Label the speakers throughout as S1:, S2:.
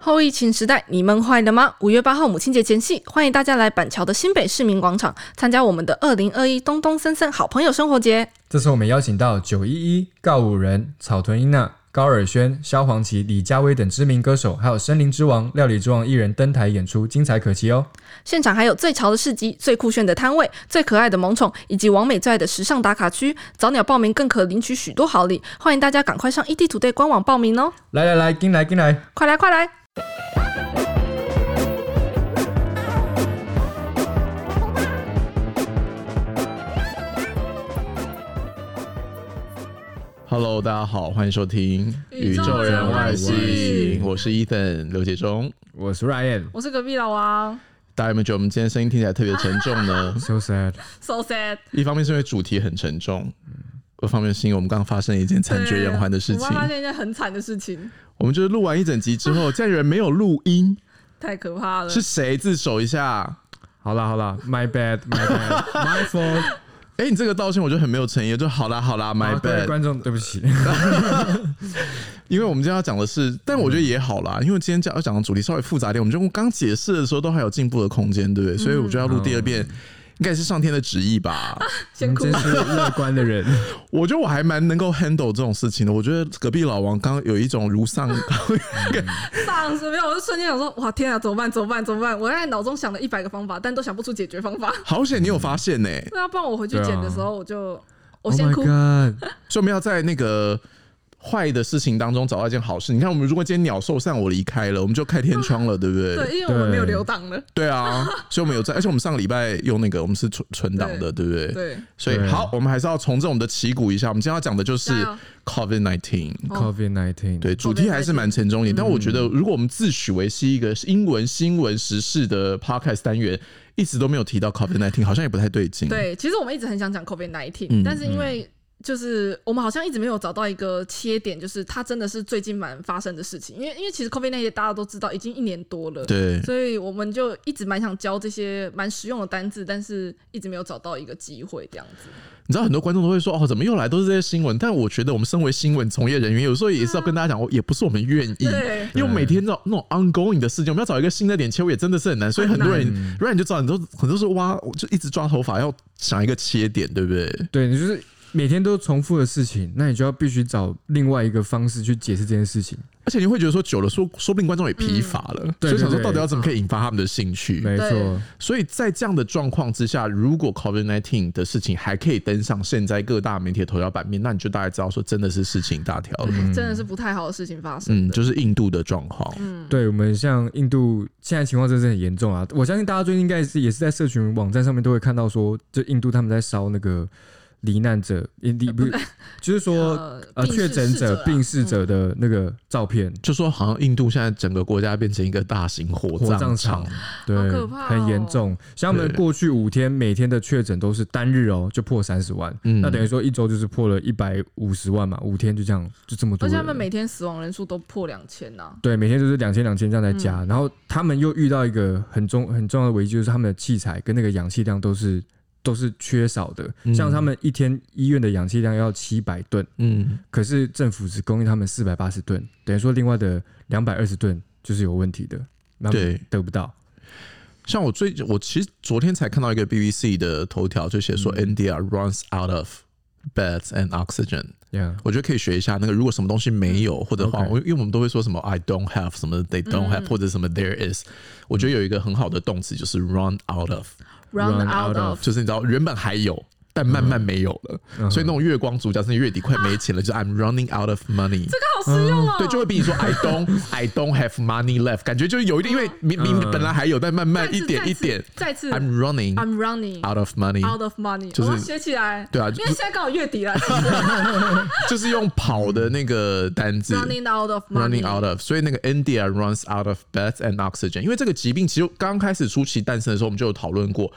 S1: 后疫情时代，你闷坏了吗？五月八号母亲节前夕，欢迎大家来板桥的新北市民广场参加我们的二零二一东东森森好朋友生活节。
S2: 这次我们邀请到九一一、告五人、草屯英娜、高尔宣、萧煌奇、李佳薇等知名歌手，还有森林之王、料理之王艺人登台演出，精彩可期哦！
S1: 现场还有最潮的市集、最酷炫的摊位、最可爱的萌宠，以及王美最爱的时尚打卡区。早鸟报名更可领取许多好礼，欢迎大家赶快上 ET 土队官网报名哦！
S2: 来来来，进来进来！
S1: 快来快来！
S3: Hello，大家好，欢迎收听《
S1: 宇宙
S2: 人外星
S3: 我是 Ethan 刘杰忠。
S2: 我是 Ryan，
S1: 我是隔壁老王
S3: 大家有没有觉得我们今天声音听起来特别沉重呢？
S2: so sad，
S1: ，so sad。
S3: 一方面是因为主题很沉重，二方面是因为我们刚刚发生了一件惨绝人寰的事情
S1: 我。妈发现一件很惨的事情，
S3: 我们就是录完一整集之后，竟然有人没有录音，
S1: 太可怕了。
S3: 是谁？自首一下。
S2: 好啦好啦，My bad，My bad，My fault，
S3: 哎、你这个道歉我就很没有诚意，就好啦好啦
S2: 好
S3: ，My
S2: 各位
S3: bad。
S2: 观众，啊对不起，
S3: 因为我们今天要讲的是，但我觉得也好啦，因为今天讲要讲的主题稍微复杂一点，我们就我刚解释的时候都还有进步的空间，对不对？所以我觉得要录第二遍，应该是上天的旨意吧。
S2: 你
S1: 先
S2: 们
S1: 哭
S2: 真是乐观的 人，
S3: 我觉得我还蛮能够 handle 这种事情的。我觉得隔壁老王刚刚有一种如丧，
S1: 丧是没有，我就瞬间想说，哇，天啊，怎么办？怎么办？怎么办？我在脑中想了一百个方法，但都想不出解决方法。
S3: 好险你有发现呢、
S1: 对啊，不然我回去剪的时候，我就、
S3: 啊
S1: 我
S2: Oh
S1: 先
S2: my
S1: 哭。
S2: God，
S3: 所以我们要在那个坏的事情当中找到一件好事。你看，我们如果今天鸟兽散，我离开了，我们就开天窗了，对不 对？
S1: 对，因为我们
S2: 对
S1: 没有留档了。
S3: 对啊，所以我们有在，而且我们上个礼拜用那个我们是存存档的，对不对？
S1: 对，
S3: 所以
S2: 对
S3: 好，我们还是要重振我们的旗鼓一下。我们今天要讲的就是
S1: 加油
S3: COVID nineteen。
S1: 哦
S2: COVID nineteen，
S3: 对，主题还是蛮沉重一点，但我觉得如果我们自诩为是一个英文新闻时事的 podcast 单元，一直都没有提到 COVID nineteen，好像也不太对劲。，
S1: 对，其实我们一直很想讲 COVID 1 9
S3: 嗯
S1: 但是因为就是我们好像一直没有找到一个切点，就是它真的是最近蛮发生的事情。因为因为其实 COVID 1 9大家都知道已经一年多了，
S3: 对
S1: 所以我们就一直蛮想教这些蛮实用的单字，但是一直没有找到一个机会这样子。
S3: 你知道很多观众都会说哦，怎么又来都是这些新闻？但我觉得我们身为新闻从业人员，有时候也是要跟大家讲，哦也不是我们愿意。
S1: 对，
S3: 因为我每天找那种 ongoing 的事情，我们要找一个新的点切入也真的是很难，所以很多人，不然你就知道，很多很多是哇，我就一直抓头发，要想一个切点，对不对？
S2: 对你就是每天都重复的事情，那你就要必须找另外一个方式去解释这件事情。
S3: 而且你会觉得说久了，说说不定观众也疲乏了，
S2: 嗯对
S3: 所以想说
S2: 对对
S3: 到底要怎么可以引发他们的兴趣？
S2: 没错
S1: 对，
S3: 所以在这样的状况之下，如果 COVID 19的事情还可以登上现在各大媒体的头条版面，那你就大概知道说真的是事情大条了。嗯
S1: 真的是不太好的事情发生的。嗯
S3: 就是印度的状况，
S2: 对我们像印度现在情况真的是很严重啊！我相信大家最近应该是也是在社群网站上面都会看到说，就印度他们在烧那个罹难者，也罹不是， 就是说
S1: 呃
S2: 呃
S1: 病逝
S2: 确诊
S1: 逝
S2: 者、
S1: 啦嗯
S2: 病逝者的那个照片，
S3: 就说好像印度现在整个国家变成一个大型火
S2: 火葬
S3: 场
S2: 场，对
S1: 可，怕
S2: 很严
S1: 哦
S2: 重。像我们
S3: 对
S2: 过去五天每天的确诊都是单日哦就破三十万，
S3: 嗯
S2: 那等于说一周就是破了一百五十万嘛，五天就这样就这么多
S1: 而
S2: 人
S1: 且
S2: 了。
S1: 他们每天死亡人数都破两千啊呐。
S2: 对，每天就是两千两千这样在
S1: 嗯
S2: 加，然后他们又遇到一个很重很重要的危机，就是他们的器材跟那个氧气量都是都是缺少的。
S3: 嗯
S2: 像他们一天医院的氧气量要七百吨，
S3: 嗯，
S2: 可是政府只供应他们四百八十吨，等于说另外的两百二十吨就是有问题的，那他们
S3: 对
S2: 得不到。
S3: 像我最我其实昨天才看到一个 BBC 的头条，就写说
S2: 嗯
S3: India runs out of beds and oxygen。
S2: Yeah，
S3: 我觉得可以学一下那个，如果什么东西没
S1: 嗯
S3: 有或者的话，
S2: OK
S3: 我因为我们都会说什么 I don't have 什么 they don't have 或者什么 there is，我觉得有一个很好的动词就是 run out of，
S1: Run
S2: Run
S1: out
S2: out
S1: of，
S3: 就是你知道原本还有，但慢慢没有了。
S2: 嗯
S3: 所以那种月光族，假设你月底快没钱了，就是 I'm running out of money。
S1: 这个好实用哦。
S3: 对，就会比你说 I don't I don't have money left，感觉就是有一点，因为明明
S2: 嗯
S3: 本来还有，但慢慢
S1: 再次
S3: 一点一点
S1: 再次再次
S3: ，I'm running
S1: I'm running
S3: out of money，
S1: out of money，
S3: 就是
S1: 我要学起来。
S3: 对啊
S1: 因为
S3: 就
S1: 现在刚好月底了
S3: 就是用跑的那个单字。
S1: ，running out of money。
S3: running out of，所以那个 India runs out of beds and oxygen，因为这个疾病其实刚开始初期诞生的时候，我们就有讨论过。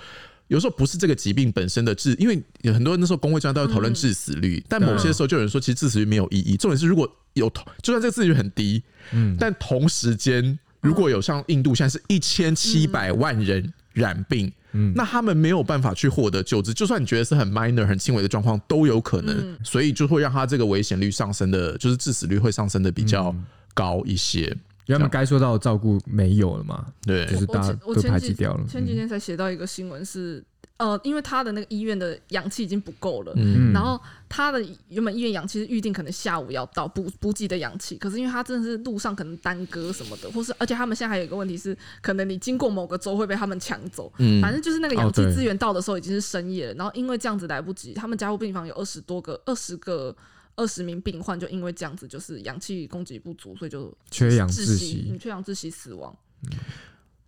S3: 有时候不是这个疾病本身的致，因为有很多人那时候工会专家都会讨论致死率，但某些时候就有人说，其实致死率没有意义。重点是，如果有同，就算这个致死率很低，嗯，但同时间如果有像印度现在是一千七百万人染病，嗯，那他们没有办法去获得救治，就算你觉得是很 minor 很轻微的状况都有可能，所以就会让他这个危险率上升的，就是致死率会上升的比较
S2: 嗯
S3: 高一些。
S2: 因为他们该受到的照顾没有了嘛，
S3: 对
S2: 就是
S1: 我
S2: 大家
S1: 前我
S2: 都
S1: 前
S2: 排
S1: 几
S2: 挤掉了。嗯
S1: 前几天才写到一个新闻是，呃，因为他的那个医院的氧气已经不够了，
S2: 嗯，
S1: 然后他的原本医院氧气是预定可能下午要到补补给的氧气，可是因为他真的是路上可能耽搁什么的，或是而且他们现在还有一个问题是，可能你经过某个州会被他们抢走。
S3: 嗯
S1: 反正就是那个氧
S2: 哦
S1: 气
S2: 对
S1: 资源到的时候已经是深夜了，然后因为这样子来不及，他们加护病房有二十多个、二十个、二十名病患，就因为这样子就是氧气供给不足，所以就
S2: 缺氧
S1: 窒
S2: 窒
S1: 息，嗯
S2: 息，
S1: 缺氧窒息死亡。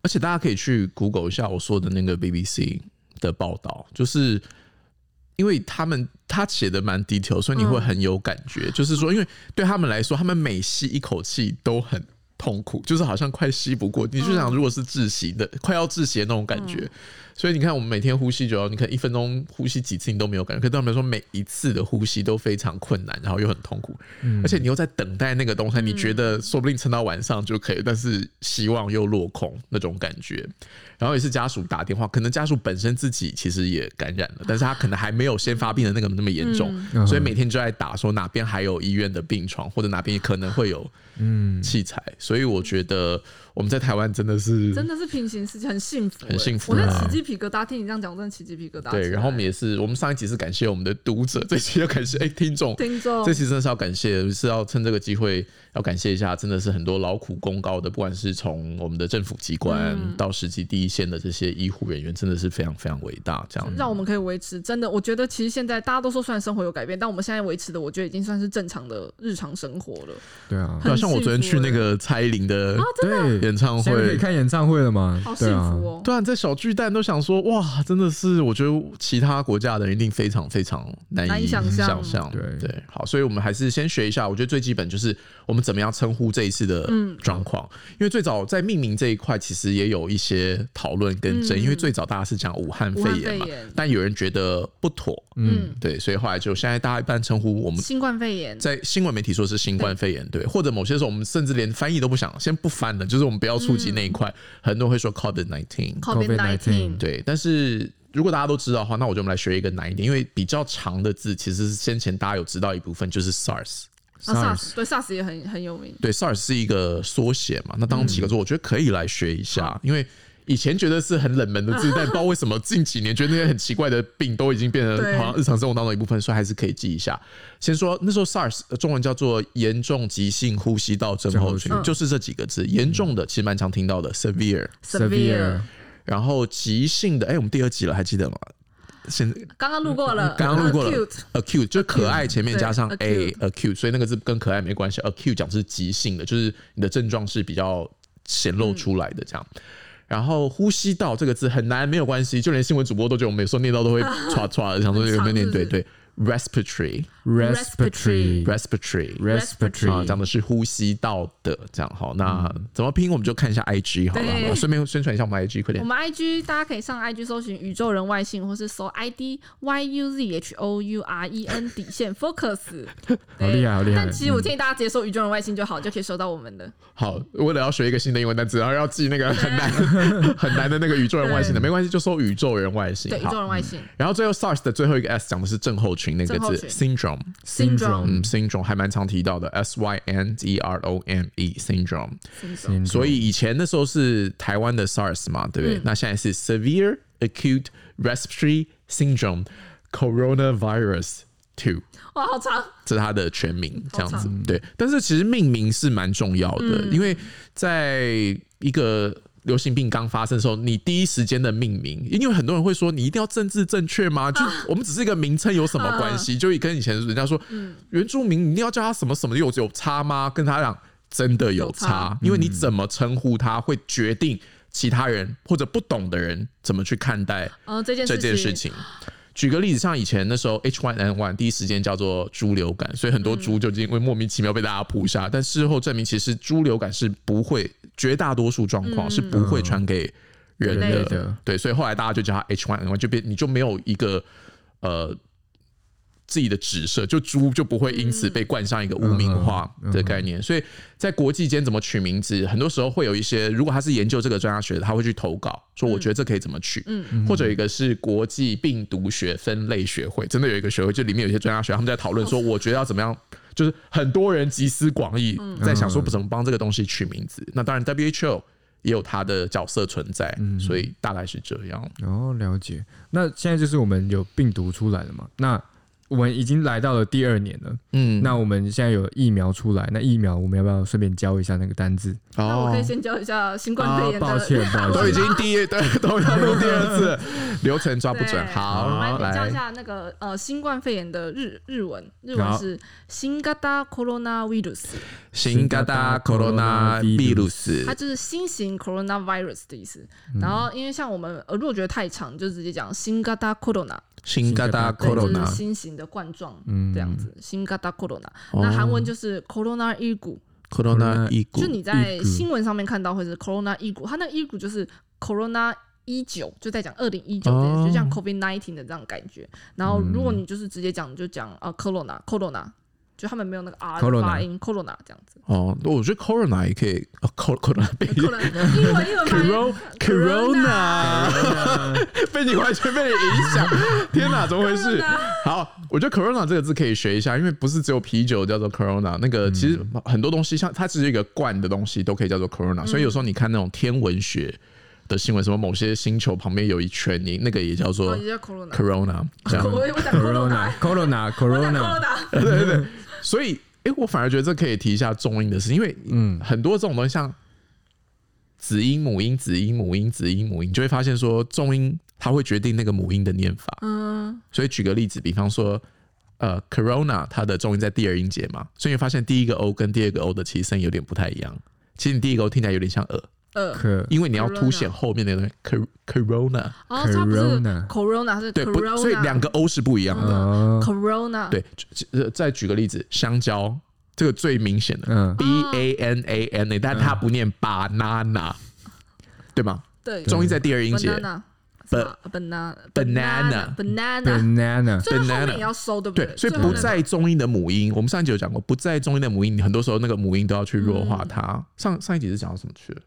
S3: 而且大家可以去 Google 一下我说的那个 BBC 的报道，就是因为他们他写的蛮 detail，所以你会很有感
S1: 嗯
S3: 觉。就是说，因为对他们来说，他们每吸一口气都很痛苦，就是好像快吸不
S1: 嗯
S3: 过。你就想，如果是窒息的，快要窒息的那种感觉。所以你看，我们每天呼吸就要，你可能一分钟呼吸几次你都没有感觉，可是对他们来说，每一次的呼吸都非常困难，然后又很痛苦，而且你又在等待那个东西，你觉得
S1: 嗯
S3: 说不定撑到晚上就可以，但是希望又落空那种感觉。然后也是家属打电话，可能家属本身自己其实也感染了，但是他可能还没有先发病的那个那么严重，
S2: 嗯
S3: 所以每天就在打说哪边还有医院的病床，或者哪边可能会有嗯器材。所以我觉得我们在台湾真的是
S1: 真的是平行世界，很幸福欸、
S3: 嗯很幸福
S1: 我在
S3: 啊
S1: 起鸡皮疙瘩，听你这样讲，我真的起鸡皮疙瘩起来。
S3: 对，然后我们也是，我们上一集是感谢我们的读者，这期要感谢哎、听众，
S1: 听众
S3: 这期真的是要感谢，是要趁这个机会要感谢一下，真的是很多劳苦功高的，不管是从我们的政府机关到实际第一线的这些医护人员，真的是非常非常伟大。这样，
S1: 让我们可以维持。真的，我觉得其实现在大家都说，虽然生活有改变，但我们现在维持的，我觉得已经算是正常的日常生活了。
S2: 对啊，
S1: 很
S3: 对啊，
S1: 哦
S3: 像我昨天
S1: 幸
S3: 去
S1: 福
S3: 那个蔡依林的
S2: 哦对，
S3: 演唱
S2: 现在可以
S3: 会。
S2: 看演唱会了嘛？
S1: 啊好幸
S2: 对啊，
S1: 福哦！
S3: 对啊，在小巨蛋都想说，哇，真的是，我觉得其他国家的人一定非常非常难
S1: 难
S3: 以
S1: 以想象
S3: 象。
S2: 对
S3: 对，好，所以我们还是先学一下，我觉得最基本就是我们怎么样称呼这一次的
S1: 嗯
S3: 状况，因为最早在命名这一块其实也有一些讨论跟争，
S1: 嗯
S3: 因为最早大家是讲武汉肺
S1: 武汉
S3: 炎
S1: 肺
S3: 嘛，
S1: 炎，
S3: 但有人觉得不妥，
S1: 嗯，
S3: 对，所以后来就现在大家一般称呼我们
S1: 新冠肺炎，
S3: 在新闻媒体说是新冠肺炎，对，或者某些时候我们甚至连翻译都不想，先不翻了，就是我们不要触
S1: 嗯
S3: 及那一块。很多人会说 COVID nineteen，
S1: 19
S2: COVID-19
S3: 对，但是如果大家都知道的话，那我就我们来学一个难一点，因为比较长的字，其实是先前大家有知道一部分，就是 SARS。
S1: 啊 SARS，对 SARS 也很很有名。
S3: 对，SARS 是一个缩写嘛，那当几个字，我觉得可以来学一下，因为。以前觉得是很冷门的 字，但不知道为什么近几年觉得那些很奇怪的病都已经变成
S1: 对
S3: 好像日常生活当中的一部分，所以还是可以记一下。先说那时候 SARS 呃中文叫做严重急性呼吸道症候群
S2: 症候，群
S3: 就是这几个字。严重的其实蛮常听到的 severe，
S1: Severe
S3: 然后急性的，哎、我们第二集了，还记得吗？现在
S1: 刚嗯刚路过了，呃
S3: 刚刚路过
S1: acute
S3: 了，acute 就可爱前面加上
S1: 对
S3: a acute，所以那个字跟可爱没关系。acute 讲是急性的，就是你的症状是比较显
S1: 嗯
S3: 露出来的这样。然后呼吸道这个字很难，没有关系，就连新闻主播都觉得我们有时候念到都会 唰唰的，想说有没有念对
S1: 很长
S3: 对。respiratory
S2: respiratory
S3: respiratory 啊，讲
S2: respiratory
S3: 的是呼吸道的这样好。那怎么拼我们就看一下 IG 好了，
S1: 对
S3: 好吧顺便宣传一下我们 IG，快点
S1: 我。们 IG 大家可以上 IG 搜寻宇宙人外星，或是搜 ID YUZHOUREN E 底线 Focus，
S2: 好厉害好厉害
S1: 但其实我建议大家直接搜宇宙人外星就好，就可以收到我们的。
S3: 好，为了要学一个新的英文单词，然后要记那个 很 难很难的那个宇宙人外星的，没关系，就搜宇宙人外星
S1: 对，。宇宙
S3: 好，
S1: 人外星
S3: 然后最后 SARS 的最后一个 S 讲的是症候群那个
S1: 症候
S3: 字
S1: 群
S3: syndrome，
S1: syndrome
S3: 嗯，syndrome 还蛮常提到的 S Y N D R O M E syndrome。
S1: syndrome
S3: 所以以前那时候是台湾的 SARS 嘛，对不对？那现在是 Severe Acute Respiratory Syndrome Coronavirus Two。
S1: 哇，好长。
S3: 这是它的全名，这样
S1: 好嗯
S3: 子对。但是其实命名是蛮重要的，因为在一个流行病刚发生的时候，你第一时间的命名，因为很多人会说你一定要政治正确吗？就
S1: 啊
S3: 我们只是一个名称有什么关系？就跟以前人家说
S1: 嗯
S3: 原住民，你一定要叫他什么什么有有差吗？跟他讲真的有
S1: 有
S3: 差
S1: 差，
S3: 因为你怎么称呼他会决定其他人或者不懂的人怎么去看待
S1: 嗯、这件
S3: 这
S1: 事
S3: 件事情。举个例子，像以前那时候 H1N1 第一时间叫做猪流感，所以很多猪就因为莫名其妙被大家扑杀。但事后证明，其实猪流感是不会，绝大多数状况是不会传给人
S1: 人类
S3: 的
S2: 的。
S3: 对，所以后来大家就叫它 H1N1，就变你就没有一个呃自己的指涉，就猪就不会因此被冠上一个污名化
S1: 嗯
S3: 的概念。所以在国际间怎么取名字，很多时候会有一些，如果他是研究这个专家学的，他会去投稿，说我觉得这可以怎么取。嗯，或者有一个是国际病毒学分类学会，真的有一个学会，就里面有一些专家学者，他们在讨论说，我觉得要怎么样。就是很多人集思广益，在想说不怎么帮这个东西取名字。那当然，WHO 也有它的角色存在，所以大概是这样。
S2: 哦，了解。那现在就是我们有病毒出来了嘛？那我们已经来到了第二年了。
S3: 嗯，
S2: 那我们现在有疫苗出来，那疫苗我们要不要顺便教一下那个单字？
S1: 那我可以先教一下新
S3: 哦
S1: 冠肺炎的、
S2: 抱歉，抱歉，
S3: 都已经第一，对， 都要录第二 次，流程抓不准。
S1: 对我
S3: 好，
S1: 们来教一
S3: 来，
S1: 下那个呃新冠肺炎的日日文，日文
S2: 好
S1: 是新型コロナウイルス，
S3: 新型 corona virus，
S1: 它就是新型 coronavirus 的意
S3: 嗯
S1: 思。
S2: 嗯
S1: 然后因为像我们呃如果觉得太长，就直接讲新型 corona，
S3: 新型
S1: 对，就是
S3: corona 嗯
S1: 新型的冠状
S2: 嗯
S1: 这样子，新型 corona。
S3: 哦
S1: 那韩文就是 corona 一股，
S3: corona 一股
S1: 就，你在
S2: 一股
S1: 新闻上面看到会是 corona 一股，它那一股就是 corona 一九，就在讲二零一九这件
S3: 哦嗯
S1: 事，就像 covid nineteen 的这样感觉。然后如果你就是直接讲，你就讲啊 corona corona，就他们没有那个 r 的
S2: Corona
S1: 发音 corona 这样 子。
S3: 哦，我觉得 corona 也可以哦，cor-，corona 被
S1: corona 英文英文发音
S3: corona 被你完全被你影响，天哪，怎么回事？好，我觉得 corona 这个字可以学一下，因为不是只有啤酒叫做 corona，那个其实很多东西像它只是一个罐的东西都可以叫做 corona，所以有时候你看那种天文学的新闻，什么某些星球旁边有一圈，你那个也叫
S1: 哦，
S3: 做
S1: 也叫 corona。
S3: corona，这样
S1: 我我讲 corona，我 讲
S2: corona，corona，corona，
S1: corona，
S3: 所以，哎、我反而觉得这可以提一下重音的事，因为嗯
S2: 嗯，
S3: 很多这种东西像子音、母音、子音、母音、子音、母音，你就会发现说重音它会决定那个母音的念法。
S1: 嗯，
S3: 所以举个例子，比方说。呃，corona 它的重音在第二音节嘛，所以你发现第一个 o 跟第二个 o 的其实声音有点不太一样。其实你第一个 o 听起来有点像呃，
S1: 呃，
S2: 可
S3: 因为你要凸显后面那个东西 cor- corona，
S1: 哦，它不是
S2: Corona
S1: corona，是
S3: 对不？
S1: corona，
S3: 所以两个 o 是不一样的。
S2: 哦，
S1: corona，
S3: 对，呃再举个例子，香蕉这个最明显的，
S2: 嗯，
S3: B A N A N A，但它不念 banana，对吗？
S1: 对
S3: 中音在第二音节
S1: banana，
S3: Ba-
S1: 吧 banana
S3: banana
S1: banana，
S2: banana，
S1: 所以它后
S3: banana
S1: 面也要收，对不
S3: 对，所以不在中音的母音，我们上一集有讲过，不在中音的母音，你很多时候那个母音都要去弱化它。上上一集是讲到什么去了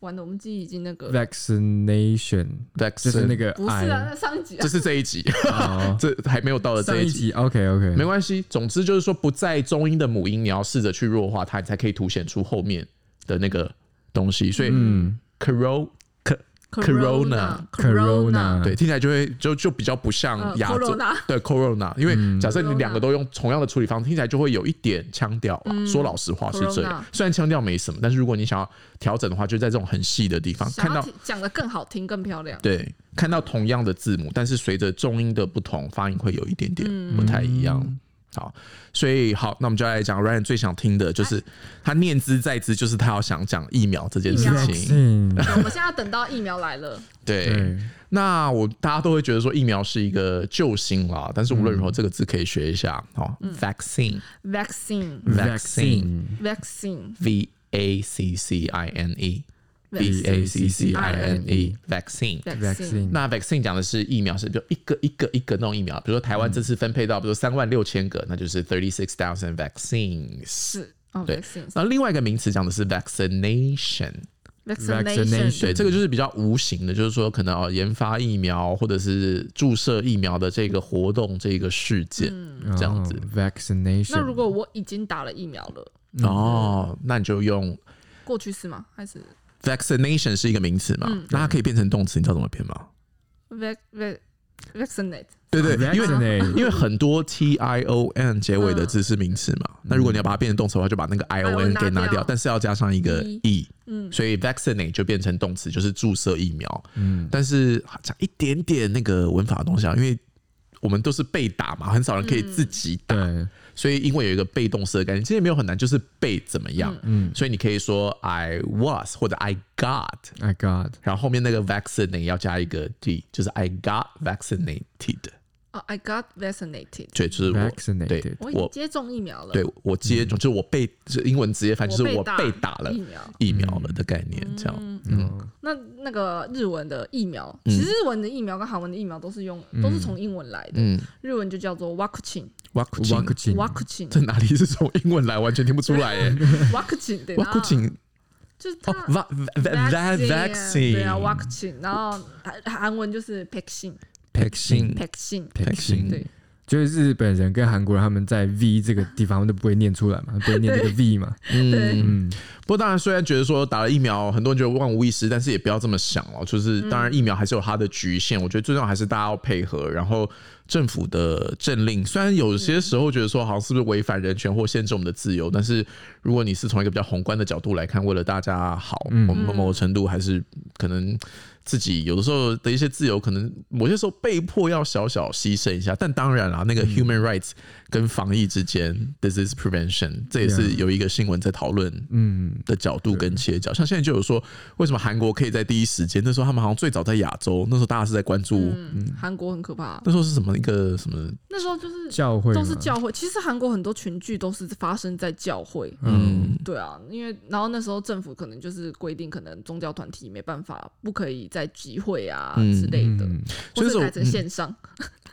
S1: 完了，我们记忆已经那个
S2: vaccination，就
S3: ？vaccine，
S2: 是那个
S1: 不是啊，
S2: I，
S1: 那上一集啊
S3: 这是这一集，
S2: 哦
S3: 这还没有到的
S2: 上
S3: 这一
S2: 一
S3: 集。
S2: 集 OK OK，
S3: 没关系，总之就是说，不在中音的母音，你要试着去弱化它，你才可以凸显出后面的那个东西。所以
S2: 嗯，
S3: ，coro Corona
S2: corona，
S3: 对，听起来就会就就比较不像
S1: 呃
S3: 亚洲、
S1: corona
S3: 对 corona，因为假设你
S1: corona
S3: 两个都用同样的处理方式，听起来就会有一点腔调啦。说老实话是这
S1: 嗯
S3: 样
S1: corona，
S3: 虽然腔调没什么，但是如果你想要调整的话，就在这种很细的地方
S1: 想
S3: 看
S1: 要
S3: 到
S1: 听讲的更好听、更漂亮。
S3: 对看到同样的字母，但是随着重音的不同，发音会有一点点
S1: 嗯
S3: 不太一样。好，所以好，那我们就来讲 Ryan 最想听的
S1: 哎
S3: 就是他念兹在兹，就是他要想讲疫苗这件事
S1: 疫苗
S3: 情。
S2: vaccine，
S1: 我们现在要等到疫苗来了，
S3: 对，
S2: 对，
S3: 那我大家都会觉得说疫苗是一个救星啦，但是无论如何这个字可以学一下哦、v
S1: 嗯
S3: a c c i n e
S1: vaccine
S3: Vaccine
S1: vaccine
S3: V A C C I N E V A C C I N E
S2: V-A-C-C-I-N-E
S3: vaccine。
S1: vaccine
S2: vaccine，
S3: 那 vaccine 讲的是疫苗，是比如一个一个一个弄疫苗，比如说台湾这次分配到，比如三万六千个，那就是 thirty six thousand vaccines。
S1: 是哦
S3: 对
S1: vaccine
S3: 那另外一个名词讲的是 vaccination，
S1: vaccination
S3: 对，这个就是比较无形的，就是说可能哦研发疫苗或者是注射疫苗的这个活动这个事件这样子
S2: 哦。vaccination，
S1: 嗯
S2: 嗯
S1: 那如果我已经打了疫苗了，
S3: 哦，那你就用
S1: 过去式吗？还是
S3: 嗯 vaccination 是一个名词嘛？那它可以变成动词，你知道怎么变吗？
S1: vac vac vaccinate
S3: 对对，因为
S2: 为
S3: 因为很多 T I O N 结尾的字是名词嘛，那如果你要把它变成动词的话，就把那个 I O N 给
S1: 拿
S3: 拿
S1: 掉
S3: 掉，但是要加上一个 e，
S1: 嗯
S3: 所以 vaccinate 就变成动词，就是注射疫苗。
S2: 嗯，
S3: 但是讲一点点那个文法的东西啊，因为我们都是被打嘛，很少人可以自己 打，
S2: 嗯对，
S3: 所以因为有一个被动式的概念，其实也没有很难，就是被怎么样，
S2: 嗯
S3: 所以你可以说 I was 或者 I got，
S2: ，I got，
S3: 然后后面那个 vaccinate 要加一个 d，就是 I got vaccinated，
S1: 哦，I got vaccinated，
S3: 对，就是我
S2: Vaccinated
S3: 对
S1: 我已经
S3: 我
S1: 接种疫苗了，
S3: 对我接种，就是我被就是英文直接翻，就是我被打了
S1: 疫苗。
S3: 疫苗了的概念，这样
S2: 嗯，
S1: 那那个日文的疫苗，其实日文的疫苗跟韩文的疫苗都是用，都是从英文来的。
S3: 嗯嗯
S1: 日文就叫做 vaccine，vaccine，vaccine，
S3: 哇酷
S2: Vaccine
S3: 琴，这哪里是从英文来，完全听不出来 耶！
S1: vaccine，对，
S3: 哇
S1: 然
S3: 酷
S1: 后
S3: 琴
S1: 就是它
S3: 哦，va va va vaccine，
S1: 对啊，vaccine，然后韩韩文就是 vaccine，vaccine，
S3: vaccine vaccine，
S1: 对
S2: 就是日本人跟韩国人他们在 V 这个地方，他们都不会念出来嘛，不会念这个 V 嘛，
S3: 嗯
S1: 对。
S2: 嗯，
S3: 不过当然，虽然觉得说打了疫苗，很多人觉得万无一失，但是也不要这么想哦。就是
S2: 嗯
S3: 当然，疫苗还是有它的局限。我觉得最重要还是大家要配合，然后政府的政令，虽然有些时候觉得说好像是不是违反人权或限制我们的自由，但是如果你是从一个比较宏观的角度来看，为了大家好，
S2: 嗯
S3: 我们某种程度还是可能自己有的时候的一些自由，可能某些时候被迫要小小牺牲一下。但当然啦，那个
S2: 嗯
S3: human rights 跟防疫之间，disease prevention，这也是
S2: Yeah
S3: 有一个新闻在讨论
S2: 嗯，
S3: 的角度跟切角。像现在就有说，为什么韩国可以在第一时间？那时候他们好像最早在亚洲，那时候大家是在关注，
S1: 嗯，韩国很可怕。
S3: 那时候是什么一个什么？
S1: 那时候就是
S2: 教会
S1: 都是
S2: 嘛，
S1: 教会，其实韩国很多群聚都是发生在教会。
S3: 嗯，
S1: 对啊，因为然后那时候政府可能就是规定，可能宗教团体没办法，不可以再集会啊
S3: 嗯
S1: 之类的，
S2: 嗯
S1: 或
S3: 所以
S1: 者
S3: 说
S1: 改成线上，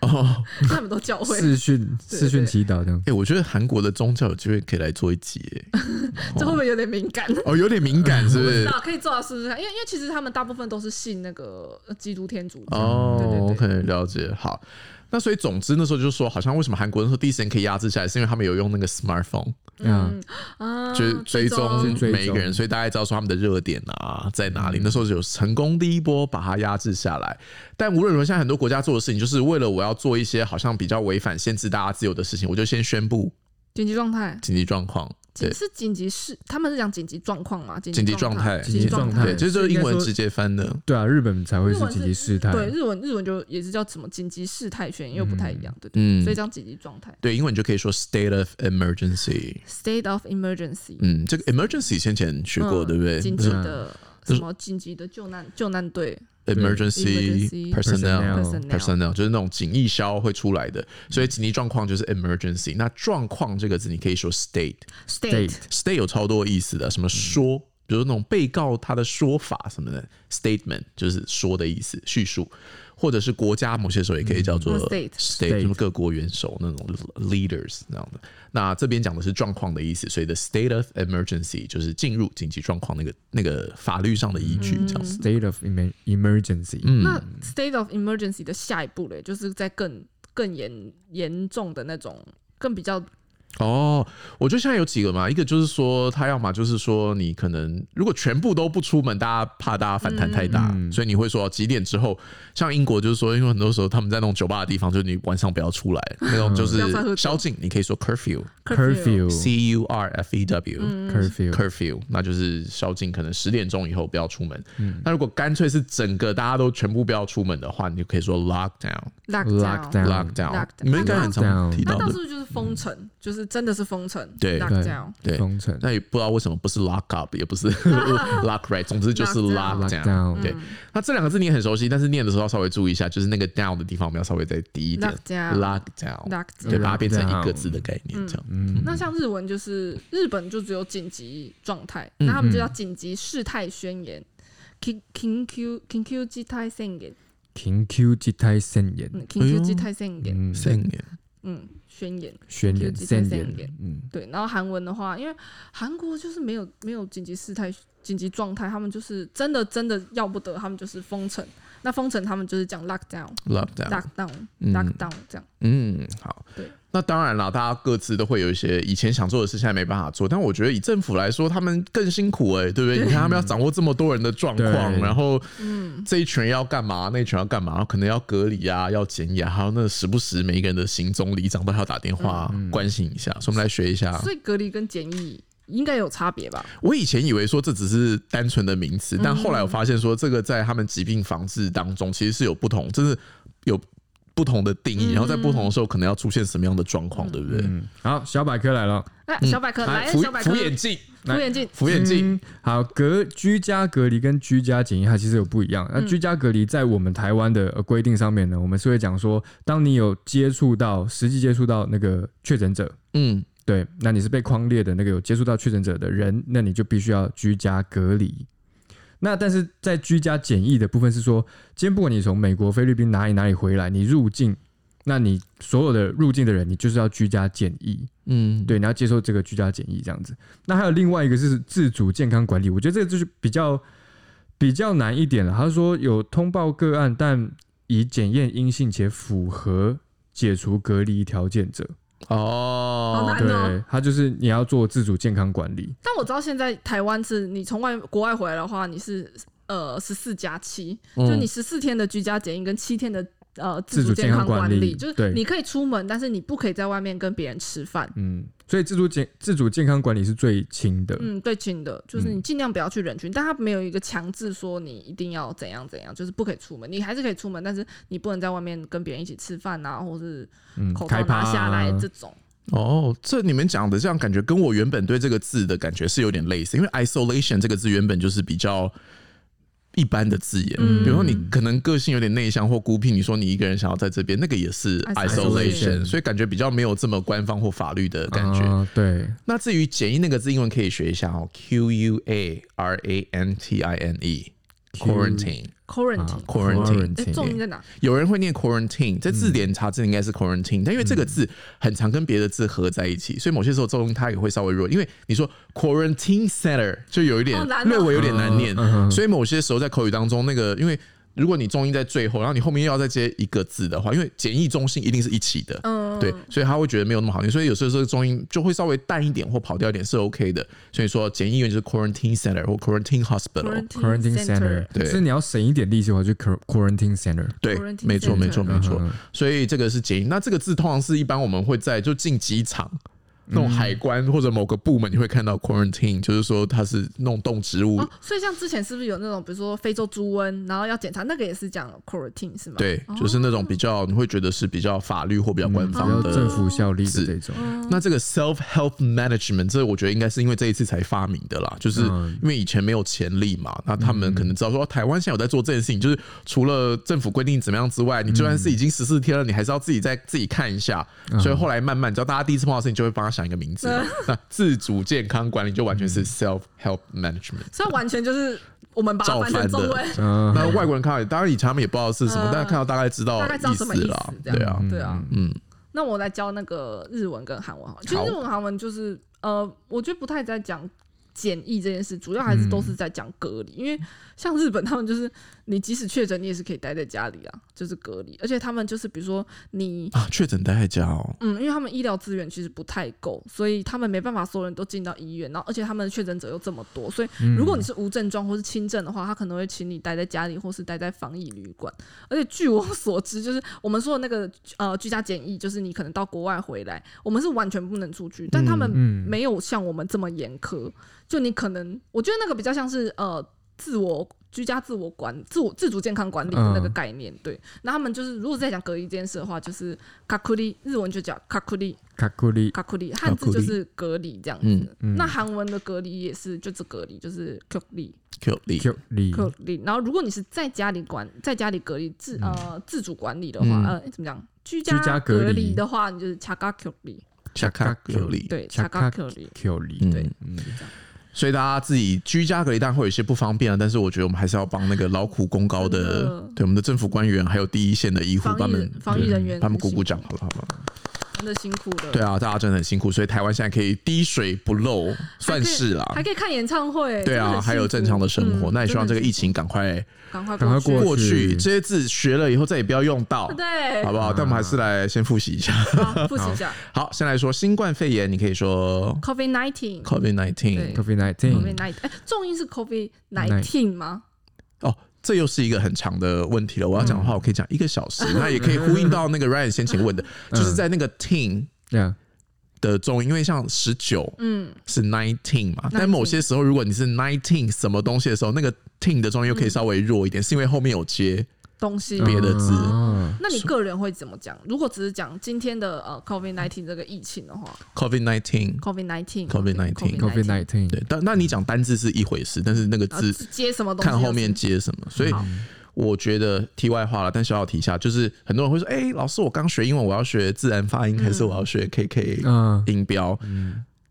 S3: 哦，
S1: 他们都教会，
S2: 视讯视讯祈祷这样，
S3: 哎、我觉得韩国的宗教有机会可以来做一集、哎
S1: 这会不会有点敏感？ 啊
S3: 哦，有点敏感是不是？
S1: 那可以做到试试看，因为因为其实他们大部分都是信那个呃基督天主教，
S3: 哦
S1: 对对对
S3: ，OK，了解。好，那所以总之那时候就说，好像为什么韩国那时候第一时间可以压制下来，是因为他们有用那个 smartphone，
S2: 嗯
S1: 嗯啊，
S3: 就是追踪
S2: 追踪
S3: 每一个人，所以大家也知道说他们的热点啊在哪里。那时候有成功第一波把它压制下来，但无论如何，现在很多国家做的事情，就是为了我要做一些好像比较违反限制大家自由的事情，我就先宣布
S1: 紧急状态，
S3: 紧急状况。对
S1: 紧是紧急事，他们是讲紧急状况嘛？紧
S3: 紧急
S1: 急
S3: 状态
S1: 态，
S2: 紧急状态
S3: 对，这就是英文直接翻的。
S2: 对啊，日本才会
S1: 日
S2: 是
S1: 文
S2: 紧
S1: 是
S2: 急事态，
S1: 对，日文日文就也是叫什么紧急事态宣言，又不太一样，对对
S3: 嗯
S1: 对，所以叫紧急状态
S3: 对，英文你就可以说 state of emergency。
S1: （state of emergency）。
S3: 嗯，这个 emergency 先前学过，
S1: 嗯
S3: 对不对
S1: 紧急的
S3: 就是
S1: 什么紧急的救难救难队
S3: ？emergency
S1: emergency
S3: personnel
S2: personnel。
S1: personnel，
S3: personnel 就是那种警疫消会出来的，所
S1: 嗯
S3: 以紧急状况就是 emergency。那状况这个字，你可以说 state。
S1: state
S3: state 有超多意思的，
S1: 嗯
S3: 什么说，比如那种被告他的说法什么的，statement 就是说的意思，叙述，或者是国家某些时候也可以叫做
S1: 嗯嗯，state
S3: state，就是各国元首那种 leaders 那样的。那这边讲的是状况的意思，所以 the state of emergency 就是进入紧急状况那个那个法律上的依据这样子。嗯
S2: state of emer- emergency，
S1: 嗯那 state of emergency 的下一步嘞，就是在更更严严重的那种，更比较
S3: 哦，我觉得现在有几个嘛，一个就是说，他要么就是说，你可能如果全部都不出门，大家怕大家反弹太大，所以你会说哦几点之后，像英国就是说，因为很多时候他们在那种酒吧的地方，就是你晚上不要出来，那种就
S1: 不要再喝
S3: 是
S1: 酒
S3: 宵禁，你可以说 curfew，c
S2: curfew
S3: u r f e w。
S1: 嗯
S2: curfew
S3: curfew，那就是宵禁，可能十点钟以后不要出门。那如果干脆是整个大家都全部不要出门的话，你就可以说 lockdown，lockdown。
S1: lockdown。
S2: Lockdown
S1: Lockdown
S3: 你们应该很常
S2: Lockdown
S3: 提到
S1: 那到
S3: 的嗯
S1: 时，候就是封城，就是真的是封城
S3: 对
S1: ，lockdown。
S3: 对，
S2: 封城
S3: 那也不知道为什么不是 lock up，也不是 lock right，总之就是
S1: Lockdown
S3: lock down。
S2: lockdown，
S3: 对，那这两个字你很熟悉，但是念的时候要稍微注意一下，就是那个 down 的地方我们要稍微再低一点
S1: Lockdown
S3: down，
S1: lockdown
S3: 对，把它变成一个字的概念，这样。
S2: 嗯
S1: 那像日文就是日本就只有紧急状态，那他们就叫紧急事态宣言。緊緊急緊急事態宣言，
S2: 紧急事态宣言，
S1: 嗯，緊急事態宣言，
S2: 哎嗯，
S3: 三年，
S1: 嗯，宣言。
S2: 宣
S1: 紧
S2: 言
S1: 急事态
S2: 宣
S1: 宣
S2: 言
S1: 言，
S2: 嗯，
S1: 对，然后韩文的话，因为韩国就是没有没有紧急事态、紧急状态，他们就是真的真的要不得，他们就是封城。那封城他们就是讲 lockdown、
S3: lockdown。
S1: lockdown、
S3: 嗯
S1: lockdown 这样。
S3: 嗯，好
S1: 对。
S3: 那当然啦，大家各自都会有一些以前想做的事，现在没办法做。但我觉得以政府来说，他们更辛苦哎、对不对？你看他们要掌握这么多人的状况，
S2: 对
S3: 然后这一群人要干嘛，那一群人要干嘛，可能要隔离啊，要检疫啊，还有那时不时每一个人的行踪里长都还要打电话关心一下。所以我们来学一下。
S1: 嗯所以隔离跟检疫应该有差别吧？
S3: 我以前以为说这只是单纯的名词，但后来我发现说这个在他们疾病防治当中其实是有不同，就是有不同的定
S1: 嗯
S3: 义，然后在不同的时候可能要出现什么样的状况，对不对？
S2: 嗯，好，小百科来了，
S1: 哎，小百科来，
S3: 啊扶
S1: 小百科
S3: 扶，眼镜，
S1: 扶眼镜，
S3: 扶眼镜，
S2: 嗯好，隔居家隔离跟居家检疫它其实有不一样。那居家隔离在我们台湾的呃规定上面呢，我们是会讲说，当你有接触到实际接触到那个确诊者，
S3: 嗯，
S2: 对，那你是被框列的那个有接触到确诊者的人，那你就必须要居家隔离。那但是在居家检疫的部分是说，今天不管你从美国、菲律宾哪里哪里回来，你入境，那你所有的入境的人，你就是要居家检疫。
S3: 嗯，
S2: 对，你要接受这个居家检疫这样子。那还有另外一个是自主健康管理，我觉得这个就是比较比较难一点了。他说有通报个案，但已检验阴性且符合解除隔离条件者，
S1: 好
S3: 哦
S1: 难，
S2: 对他就是你要做自主健康管理。
S1: 但我知道现在台湾是你从外国外回来的话，你是呃十四加七，
S3: 嗯
S1: 就你十四天的居家检疫跟七天的呃
S2: 自主
S1: 主
S2: 健
S1: 健
S2: 康
S1: 康
S2: 管
S1: 管
S2: 理
S1: 就是
S2: 对
S1: 你可以出门，但是你不可以在外面跟别人吃饭。
S2: 嗯，所以自主健自主健康管理是最轻的。
S1: 嗯，对，请的，就是
S2: 嗯
S1: 你尽量不要去人群，但他没有一个强制说你一定要怎样怎样，就是不可以出门，你还是可以出门，但是你不能在外面跟别人一起吃饭啊，或是
S2: 嗯，
S1: 口罩
S2: 开趴
S1: 拿
S2: 啊
S1: 下来这种。
S3: 哦，这你们讲的这样感觉跟我原本对这个字的感觉是有点类似，因为 isolation 这个字原本就是比较。一般的字眼，
S1: 嗯
S3: 比如说你可能个性有点内向或孤僻，你说你一个人想要在这边，那个也是
S1: isolation
S3: isolation，所以感觉比较没有这么官方或法律的感觉。
S2: 啊对，
S3: 那至于简易那个字，英文可以学一下哦，Q U A R A N T I N E quarantine。
S1: Quarantine，
S2: 啊
S3: quarantine
S1: 哎、重音在哪？
S3: 有人会念
S2: 嗯
S3: quarantine，在字典查字应该是 quarantine，、但因为这个字很常跟别的字合在一
S2: 嗯
S3: 起，所以某些时候重音它也会稍微弱。因为你说 quarantine center 就有一点
S1: 好难哦
S3: 略微有点难念，
S2: 嗯嗯
S3: 所以某些时候在口语当中，那个因为如果你重音在最后，然后你后面又要再接一个字的话，因为简易中心一定是一起的，
S1: 嗯，
S3: 对，所以他会觉得没有那么好听，所以有时候这个中音就会稍微淡一点或跑掉一点是 OK 的。所以说简易院就是 quarantine center 或 quarantine hospital。
S2: quarantine center，
S3: 对
S2: 所以你要省一点力气，我要去 quar- quarantine center。
S3: 对
S1: quarantine，
S3: 没错，
S1: center
S3: 没错，没错
S2: 嗯。
S3: 所以这个是简易。那这个字通常是一般我们会在就进机场那种海关或者某个部门，你会看到 quarantine，就是说它是弄动植物
S1: 哦，，所以像之前是不是有那种，比如说非洲猪瘟，然后要检查，那个也是讲 quarantine 是吗？，
S3: 对，就是那种比较你会觉得是比较法律或比较官
S2: 嗯比
S3: 方
S2: 较
S3: 的
S2: 政府效力的
S3: 字
S2: 这
S1: 嗯
S2: 种。
S1: 哦
S3: 那这个 self help management，这我觉得应该是因为这一次才发明的啦，就是
S2: 嗯
S3: 因为以前没有潜力嘛，那他们可
S1: 嗯
S3: 能知道说、哦台湾现在有在做这件事情，就是除了政府规定怎么样之外，你就算是已经十四天了，你还是要自己再自己看一下。
S1: 嗯
S3: 所以后来慢慢，你知道大家第一次碰到的事情，就会帮他想一个名字 嘛。那自主健康管理就完全
S1: 嗯
S3: 是 self help management。
S1: 所以完全就是我们把它
S3: 照
S1: 翻成
S3: 翻
S1: 中
S3: 的
S1: 文，
S2: 嗯，
S3: 那外国人看到，当然以前他们也不知道是什么，
S1: 嗯
S3: 但看到大概知道
S1: 大概知道什么意
S3: 哦思
S1: 思
S3: 啦，
S1: 这
S3: 对
S1: 样
S3: 啊，
S1: 对啊，
S3: 嗯，
S1: 那我来教那个日文跟韩文好了，其实
S3: 好
S1: 日文韩文就是呃，我觉得不太在讲检疫这件事，主要还是都是在讲隔离，因为像日本他们就是你即使确诊，你也是可以待在家里啊，就是隔离，而且他们就是比如说你。
S3: 啊，确诊待在家哦，
S1: 嗯，因为他们医疗资源其实不太够，所以他们没办法所有人都进到医院，然后而且他们的确诊者又这么多，所以
S2: 嗯
S1: 如果你是无症状或是轻症的话，他可能会请你待在家里或是待在防疫旅馆。而且据我 所知，就是我们说的那个呃居家检疫，就是你可能到国外回来，我们是完全不能出去，但他们
S2: 嗯嗯
S1: 没有像我们这么严苛，就你可能我觉得那个比较像是呃自我。居家自我管、自我自主健康管理的那个
S2: 嗯
S1: 概念，对。那他们就是，如果在讲隔离这件事的话，就是卡库里，日文就叫卡库里，
S2: 卡库里，
S1: 卡库里，汉字就是隔离这样
S3: 嗯
S1: 子。那韩文的隔离也是就是隔离，就是隔离
S3: ，Q 力，
S2: Q 里，
S1: 隔离。然后如果你是在家里管，在家里隔离自呃自主管理的话，
S3: 嗯
S1: 呃怎么讲？居
S2: 居家隔
S1: 隔
S2: 离
S1: 离的话，你就是恰嘎隔离，
S3: 恰卡 Q 力，
S1: 对，
S2: 恰
S1: 恰
S2: 嘎
S1: 嘎隔离。
S2: Q 里，
S3: 嗯
S1: 对
S2: 嗯，
S3: 所以大家自己居家隔离当然会有一些不方便啊，但是我觉得我们还是要帮那个劳苦功高
S1: 真
S3: 的
S1: 的，
S3: 对我们的政府官员还有第一线的医护，
S1: 防疫
S3: 帮他们
S1: 人防疫人员
S3: 他们
S1: 很
S3: 鼓
S1: 辛
S3: 鼓
S1: 苦
S3: 掌，好了好了。
S1: 真的辛苦了。
S3: 对啊，大家真的很辛苦，所以台湾现在可以滴水不漏，
S1: 还可以，
S3: 算是啦。
S1: 还可以看演唱会。
S3: 啊对
S1: 真的很
S3: 啊，还有
S1: 幸福
S3: 正常的生活。
S1: 嗯
S3: 那也希望这个疫情赶快
S1: 赶快
S2: 赶快
S1: 去
S2: 过
S3: 过
S2: 去
S3: 去，这些字学了以后再也不要用到，
S1: 对，
S3: 好不好？但我们还是来先复习一下。
S1: 好，复习一下
S3: 好，先来说新冠肺炎，你可以说
S1: COVID nineteen。
S3: COVID nineteen。
S1: 对 COVID
S2: COVID nineteen，
S1: nineteen，哎，重音是 COVID nineteen 吗？
S3: 哦，这又是一个很长的问题了。我要讲的话，我可以讲一个小 时，那也可以呼应到那个 Ryan 先前问的，就是在那个 teen
S2: 对啊，
S3: 的中音，因为像十九
S1: 嗯，
S3: 是 nineteen 嘛，但某些时候如果你是 nineteen 什么东西的时候，那个 teen 的中音又可以稍微弱一点，是因为后面有接
S1: 东西。
S3: 别的字。
S2: 哦
S1: 那你个人会怎么讲？如果只是讲今天的呃 COVID nineteen 这个疫情的话
S3: COVID nineteen，
S1: ，COVID nineteen
S3: COVID-19
S2: ，COVID nineteen，
S3: 对，但那你讲单字是一回事，但是那个字
S1: 接什么东西？
S3: 看后面接什么。所以
S1: 好
S3: 我觉得题外话了，但小小提一下，就是很多人会说：“哎、老师，我刚学英文，我要学自然发音，还是我要学 KK
S2: 嗯，
S3: 音标？”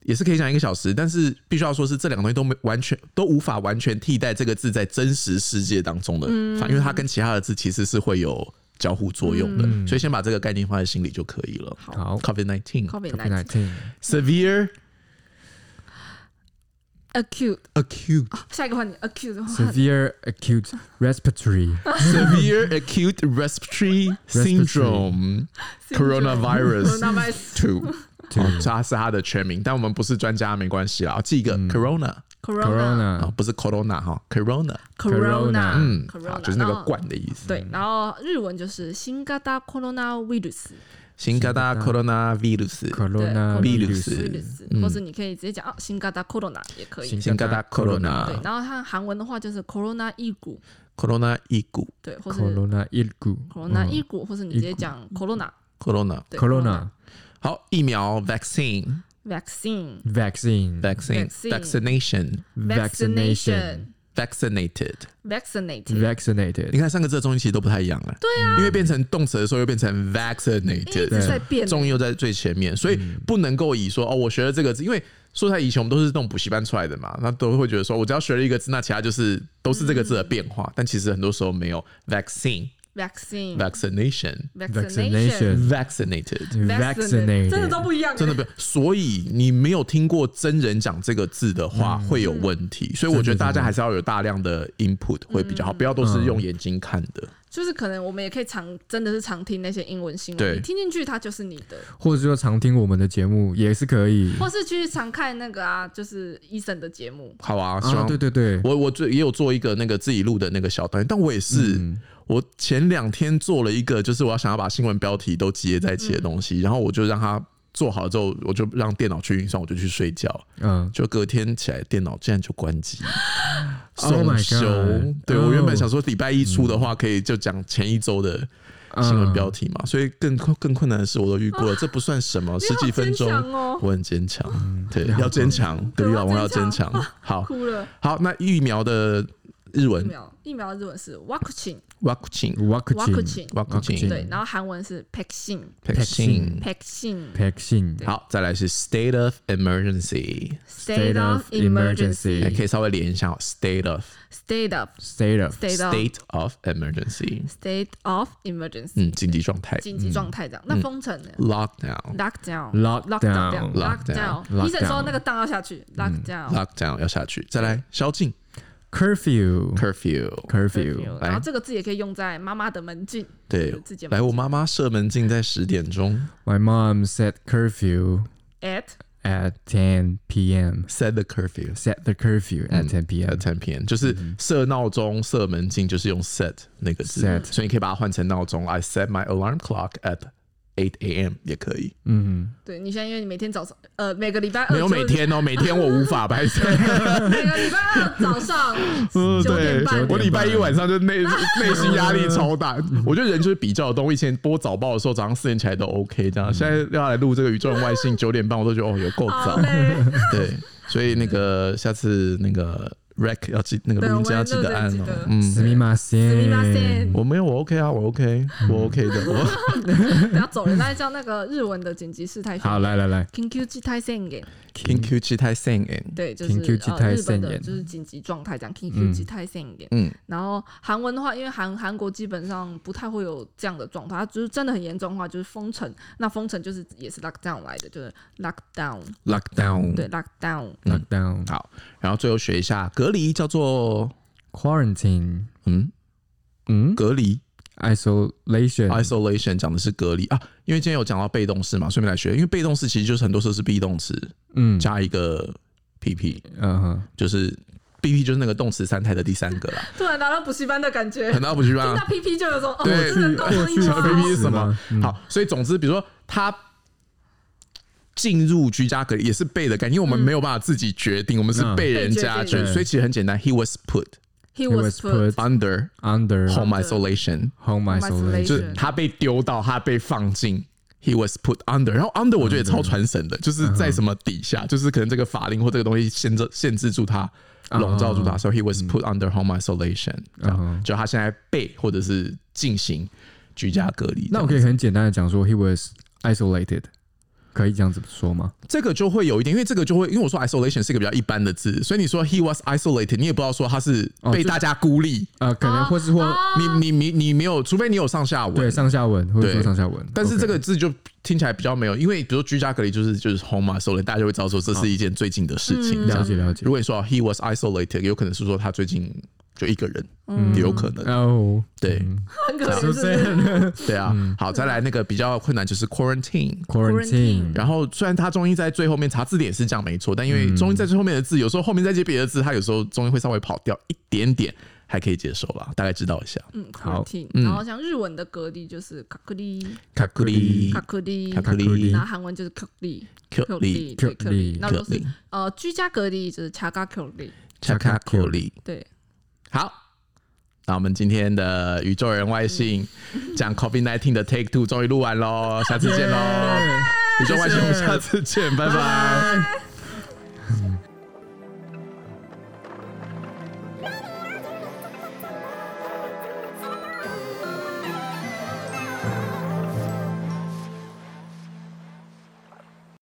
S3: 也是可以讲一个小时，但是必须要说是这两个东西都没完全都无法完全替代这个字在真实世界当中的，反因为它跟其他的字其实是会有交互作用的，
S2: 嗯
S3: 所以先把这个概念放在心里就可以了。
S1: 好
S2: 好
S3: COVID nineteen
S1: COVID
S2: ，COVID
S1: nineteen
S2: nineteen，
S3: severe
S1: acute，
S3: acute
S1: 下一个换你 acute 的话
S2: severe acute respiratory
S3: severe acute respiratory syndrome coronavirus
S1: coronavirus
S3: two，
S2: Two
S3: 哦，这是它的全名，但我们不是专家，没关系啦。记一个 corona 啊、
S2: corona
S3: 不是 corona 哈，corona，
S1: corona，
S2: corona，
S3: 嗯，好，
S1: 啊 corona 哦
S3: 就是那个
S1: 然后
S3: 冠的意思。
S1: 对，然后日文就是新型コロナウイルス，
S3: 新型 corona virus，
S1: ウイ
S2: corona
S3: Virus
S2: virus
S1: ルス，
S3: 嗯
S1: 或者你可以直接讲啊，新型コロナ也可以。
S2: 新
S3: 新型
S1: 对，
S3: corona
S1: 然后它韩文的话就是 corona 一股，
S3: corona 一股
S1: 对，或是
S2: corona 一股
S1: corona 一股，或是你直接讲 corona，
S3: corona。
S1: 对
S2: corona
S3: 好，疫苗 vaccine
S1: vaccine
S2: 嗯 vaccine
S3: vaccine
S1: Vaccine
S3: vaccination
S2: vaccination
S3: vaccinated。
S1: vaccinated
S2: vaccinated
S3: 你看三个字的中音其实都不太一样了，对啊，因为变成动词的时候又变成
S1: 一直
S3: vaccinated，
S1: 在变，
S3: 中音又在最前面，所以不能够以说哦，我学了这个字，因为说起来以前我们都是那种补习班出来的嘛，那都会觉得说我只要学了一个字，那其他就是都是这个字的变化，但其实很多时候没有 vaccine、嗯
S1: vaccine
S3: vaccination、
S1: vaccination
S2: vaccination
S3: vaccinated，
S2: vaccinated
S1: 真的都不一样，欸
S3: 真的不，所以你没有听过真人讲这个字的话
S2: 嗯
S3: 会有问题，所以我觉得大家还是要有大量的 input
S2: 嗯
S3: 会比较好，不要都是用眼睛看的。
S1: 就是可能我们也可以常真的是常听那些英文新闻，
S3: 对
S1: 你听进去它就是你的，
S2: 或者说常听我们的节目也是可以
S1: 或是去常看那个啊，就是医生的节目，
S3: 好啊，希
S2: 啊，
S3: 望
S2: 对对对，
S3: 我我最也有做一个那个自己录的那个小单元，但我也是，我前两天做了一个，
S2: 嗯
S3: 就是我要想要把新闻标题都集结在一起的东西，然后我就让它做好之后，我就让电脑去运算，我就去睡觉，
S2: 嗯，
S3: 就隔天起来电脑竟然就关机。
S2: Oh my
S3: 送
S2: God 哦嗯
S3: 修对我原本想说礼拜一出的话，可以就讲前一周的新闻标题嘛，所以更更困难的事我都遇过了，这不算什么，
S1: 嗯啊你
S3: 十
S1: 好
S3: 几分
S1: 坚
S3: 钟，
S1: 强哦嗯
S3: 我很坚强，对，要坚强，隔
S1: 对
S3: 壁
S1: 我
S3: 老王
S1: 要
S3: 要
S1: 坚
S3: 坚强，好。
S1: 哭了。
S3: 好，那疫苗的日
S1: 疫
S3: 文
S1: 苗疫苗的日文是 vaccine
S3: vaccine
S2: vaccine
S1: vaccine，
S3: vaccine
S1: 对，然后韩文是 vaccine
S3: vaccine。
S1: vaccine
S2: vaccine
S3: 好，再来是 state of emergency，
S1: state of
S2: emergency
S1: emergency
S3: 也可以稍微连一下哦，state of
S1: state of
S2: state of
S1: state of
S3: state of emergency，
S1: state of emergency
S3: 嗯，紧急状态
S1: 紧急状态这样。那封城呢
S3: lockdown。
S1: ？lockdown
S2: Lockdown
S3: Lockdown 嗯
S1: lockdown，医生说
S2: Lockdown
S1: 那个档要下去，lockdown
S3: lockdown 要下去，再来宵禁
S2: curfew
S3: curfew，
S2: curfew
S1: 然后这个字也可以用在妈妈的门禁，
S3: 对
S1: 自己，
S3: 来我妈妈射门禁在十点钟
S2: my mom set curfew
S1: at
S2: at 10 p.m.
S3: set the curfew
S2: set the curfew at 10
S3: at
S2: p.m.
S3: ten p.m. 就是设闹钟、设门禁，就是用 set 那个字
S2: Set
S3: 所以你可以把它换成闹钟，I set my alarm clock at eight a.m. 也可以。
S2: 嗯，
S1: 对你现在因为你每天早上，呃，每个礼拜二
S3: 没有
S1: 就是
S3: 每，天哦，每天我无法拍 摄。
S1: 每个礼拜二早上
S3: 嗯
S1: 九点半，
S3: 我礼拜一晚上 就内内心压力超大。我觉得人就是比较的动物。以前播早报的时候，早上四点起来都 OK 这样，现在要来录这个宇宙人外星九点半， 我都觉得哦有 够
S1: 好
S3: 早。
S1: 嘞，
S3: 对，所以那个下次那个 rec 要记那个
S1: 对
S3: 录音机
S1: 我
S3: 要
S1: 们
S3: 记得按
S1: 录音机记
S3: 哦
S1: 得。
S3: 嗯，
S2: すみま
S1: すみま
S2: せ
S1: せん。
S2: ん
S3: 我没有，我 OK 啊，我 OK，我 OK 的。 我
S1: 不要走人，那叫那个日文的紧急事态宣言
S2: 好，来来来，
S1: 緊急事態宣言
S3: Kingu c h i t a i s e n
S1: 对，就是
S2: 紧急事
S1: 呃
S2: 态
S1: 日本
S2: 宣
S1: 的
S2: 言
S1: 就是紧急状态这样
S2: 嗯
S1: ，kingu 急态宣言。
S3: 嗯，
S1: 然后韩文的话，因为韩韩国基本上不太会有这样的状态，它就是真的很严重的话，就是封城。那封城就是也是 lockdown 来的，就是 lockdown，
S3: lockdown。
S1: 嗯对 lockdown。
S2: lockdown
S3: 好，然后最后学一下隔离，叫做
S2: quarantine，
S3: 嗯
S2: 嗯
S3: 隔离
S2: ，isolation，
S3: isolation，讲的是隔离啊。因为今天有讲到被动式嘛，顺便来学，因为被动式其实就是很多时候是 be 动词
S2: 嗯，
S3: 加一个 pp，
S2: 嗯哼，
S3: 就是 pp 就是那个动词三态的第三个 啦。
S1: 突然拿到补习班的感觉，
S3: 很
S1: 听
S3: 大不去吧
S1: 到？PP 就有种哦，
S3: 对
S1: 真的高中英文
S3: 小 PP
S1: 啊
S3: 是什么？
S2: 嗯
S3: 好，所以总之，比如说他进入居家隔离也是被的感觉，因为我们没有办法自己决定，我们是
S2: 嗯
S3: 被人家
S1: 被
S3: 决
S1: 决
S3: 定，
S2: 定
S3: 所以其实很简单，He was put
S1: ，He
S2: It
S1: was
S2: was
S1: put
S2: put
S3: under
S2: under
S3: home isolation，
S2: home
S1: Home
S2: isolation，
S1: isolation
S3: 就是他被丢到，他被放进。He was put under，然后 under 我觉得也超传神的，就是在什么底下，就是可能这个法令或这个东西限制限制住他，笼罩住他，所以 he was put under home isolation，
S2: 嗯
S3: 这样就他现在被或者是进行居家隔离这样子。
S2: 那我可以很简单的讲说，he was isolated，可以这样子说吗？
S3: 这个就会有一点，因为这个就会，因为我说 isolation 是一个比较一般的字，所以你说 he was isolated，你也不知道说他是
S2: 哦
S3: 被
S2: 就
S3: 大家孤立，
S2: 呃，可能或是或
S3: 你你你你没有，除非你有上下文。
S2: 对上下文，或者
S3: 对
S2: 说上下文，
S3: 但是
S2: OK
S3: 这个字就听起来比较没有，因为比如说居家隔离就是就是 home isolation，大家就会知道说这是一件最近的事情。
S1: 嗯
S2: 了
S3: 这样，
S2: 解了解
S3: 如，果你说 he was isolated，有可能是说他最近就一个人，
S1: 嗯
S3: 有可能。
S2: 哦，
S3: 对
S1: 很可怜，
S2: 就是
S1: 不是？
S3: 对啊，
S2: 嗯
S3: 好，再来那个比较困难就是 quarantine。
S2: quarantine，
S3: 然后虽然它中医在最后面查字典是这样没错，但因为中医在最后面的字，有时候后面再接别的字，它有时候中医会稍微跑掉一点点，还可以接受啦，大概知道一下。
S1: 嗯
S2: 好
S1: ，quarantine。然后像日文的隔离就是隔离，
S3: 卡库里
S1: 隔离，
S3: 卡库里
S1: 然后韩文就是隔离，
S3: 库里
S1: 对隔离
S2: 隔离，
S1: 那都
S3: 隔
S1: 是
S3: 离
S1: 呃居家隔离就是차가隔离，
S3: 查卡库里。
S1: 对，
S3: 好，那我们今天的宇宙人外星讲 COVID 1 9的 Take Two 终于录完喽，下次见喽，宇宙外星，我们下次见，拜拜。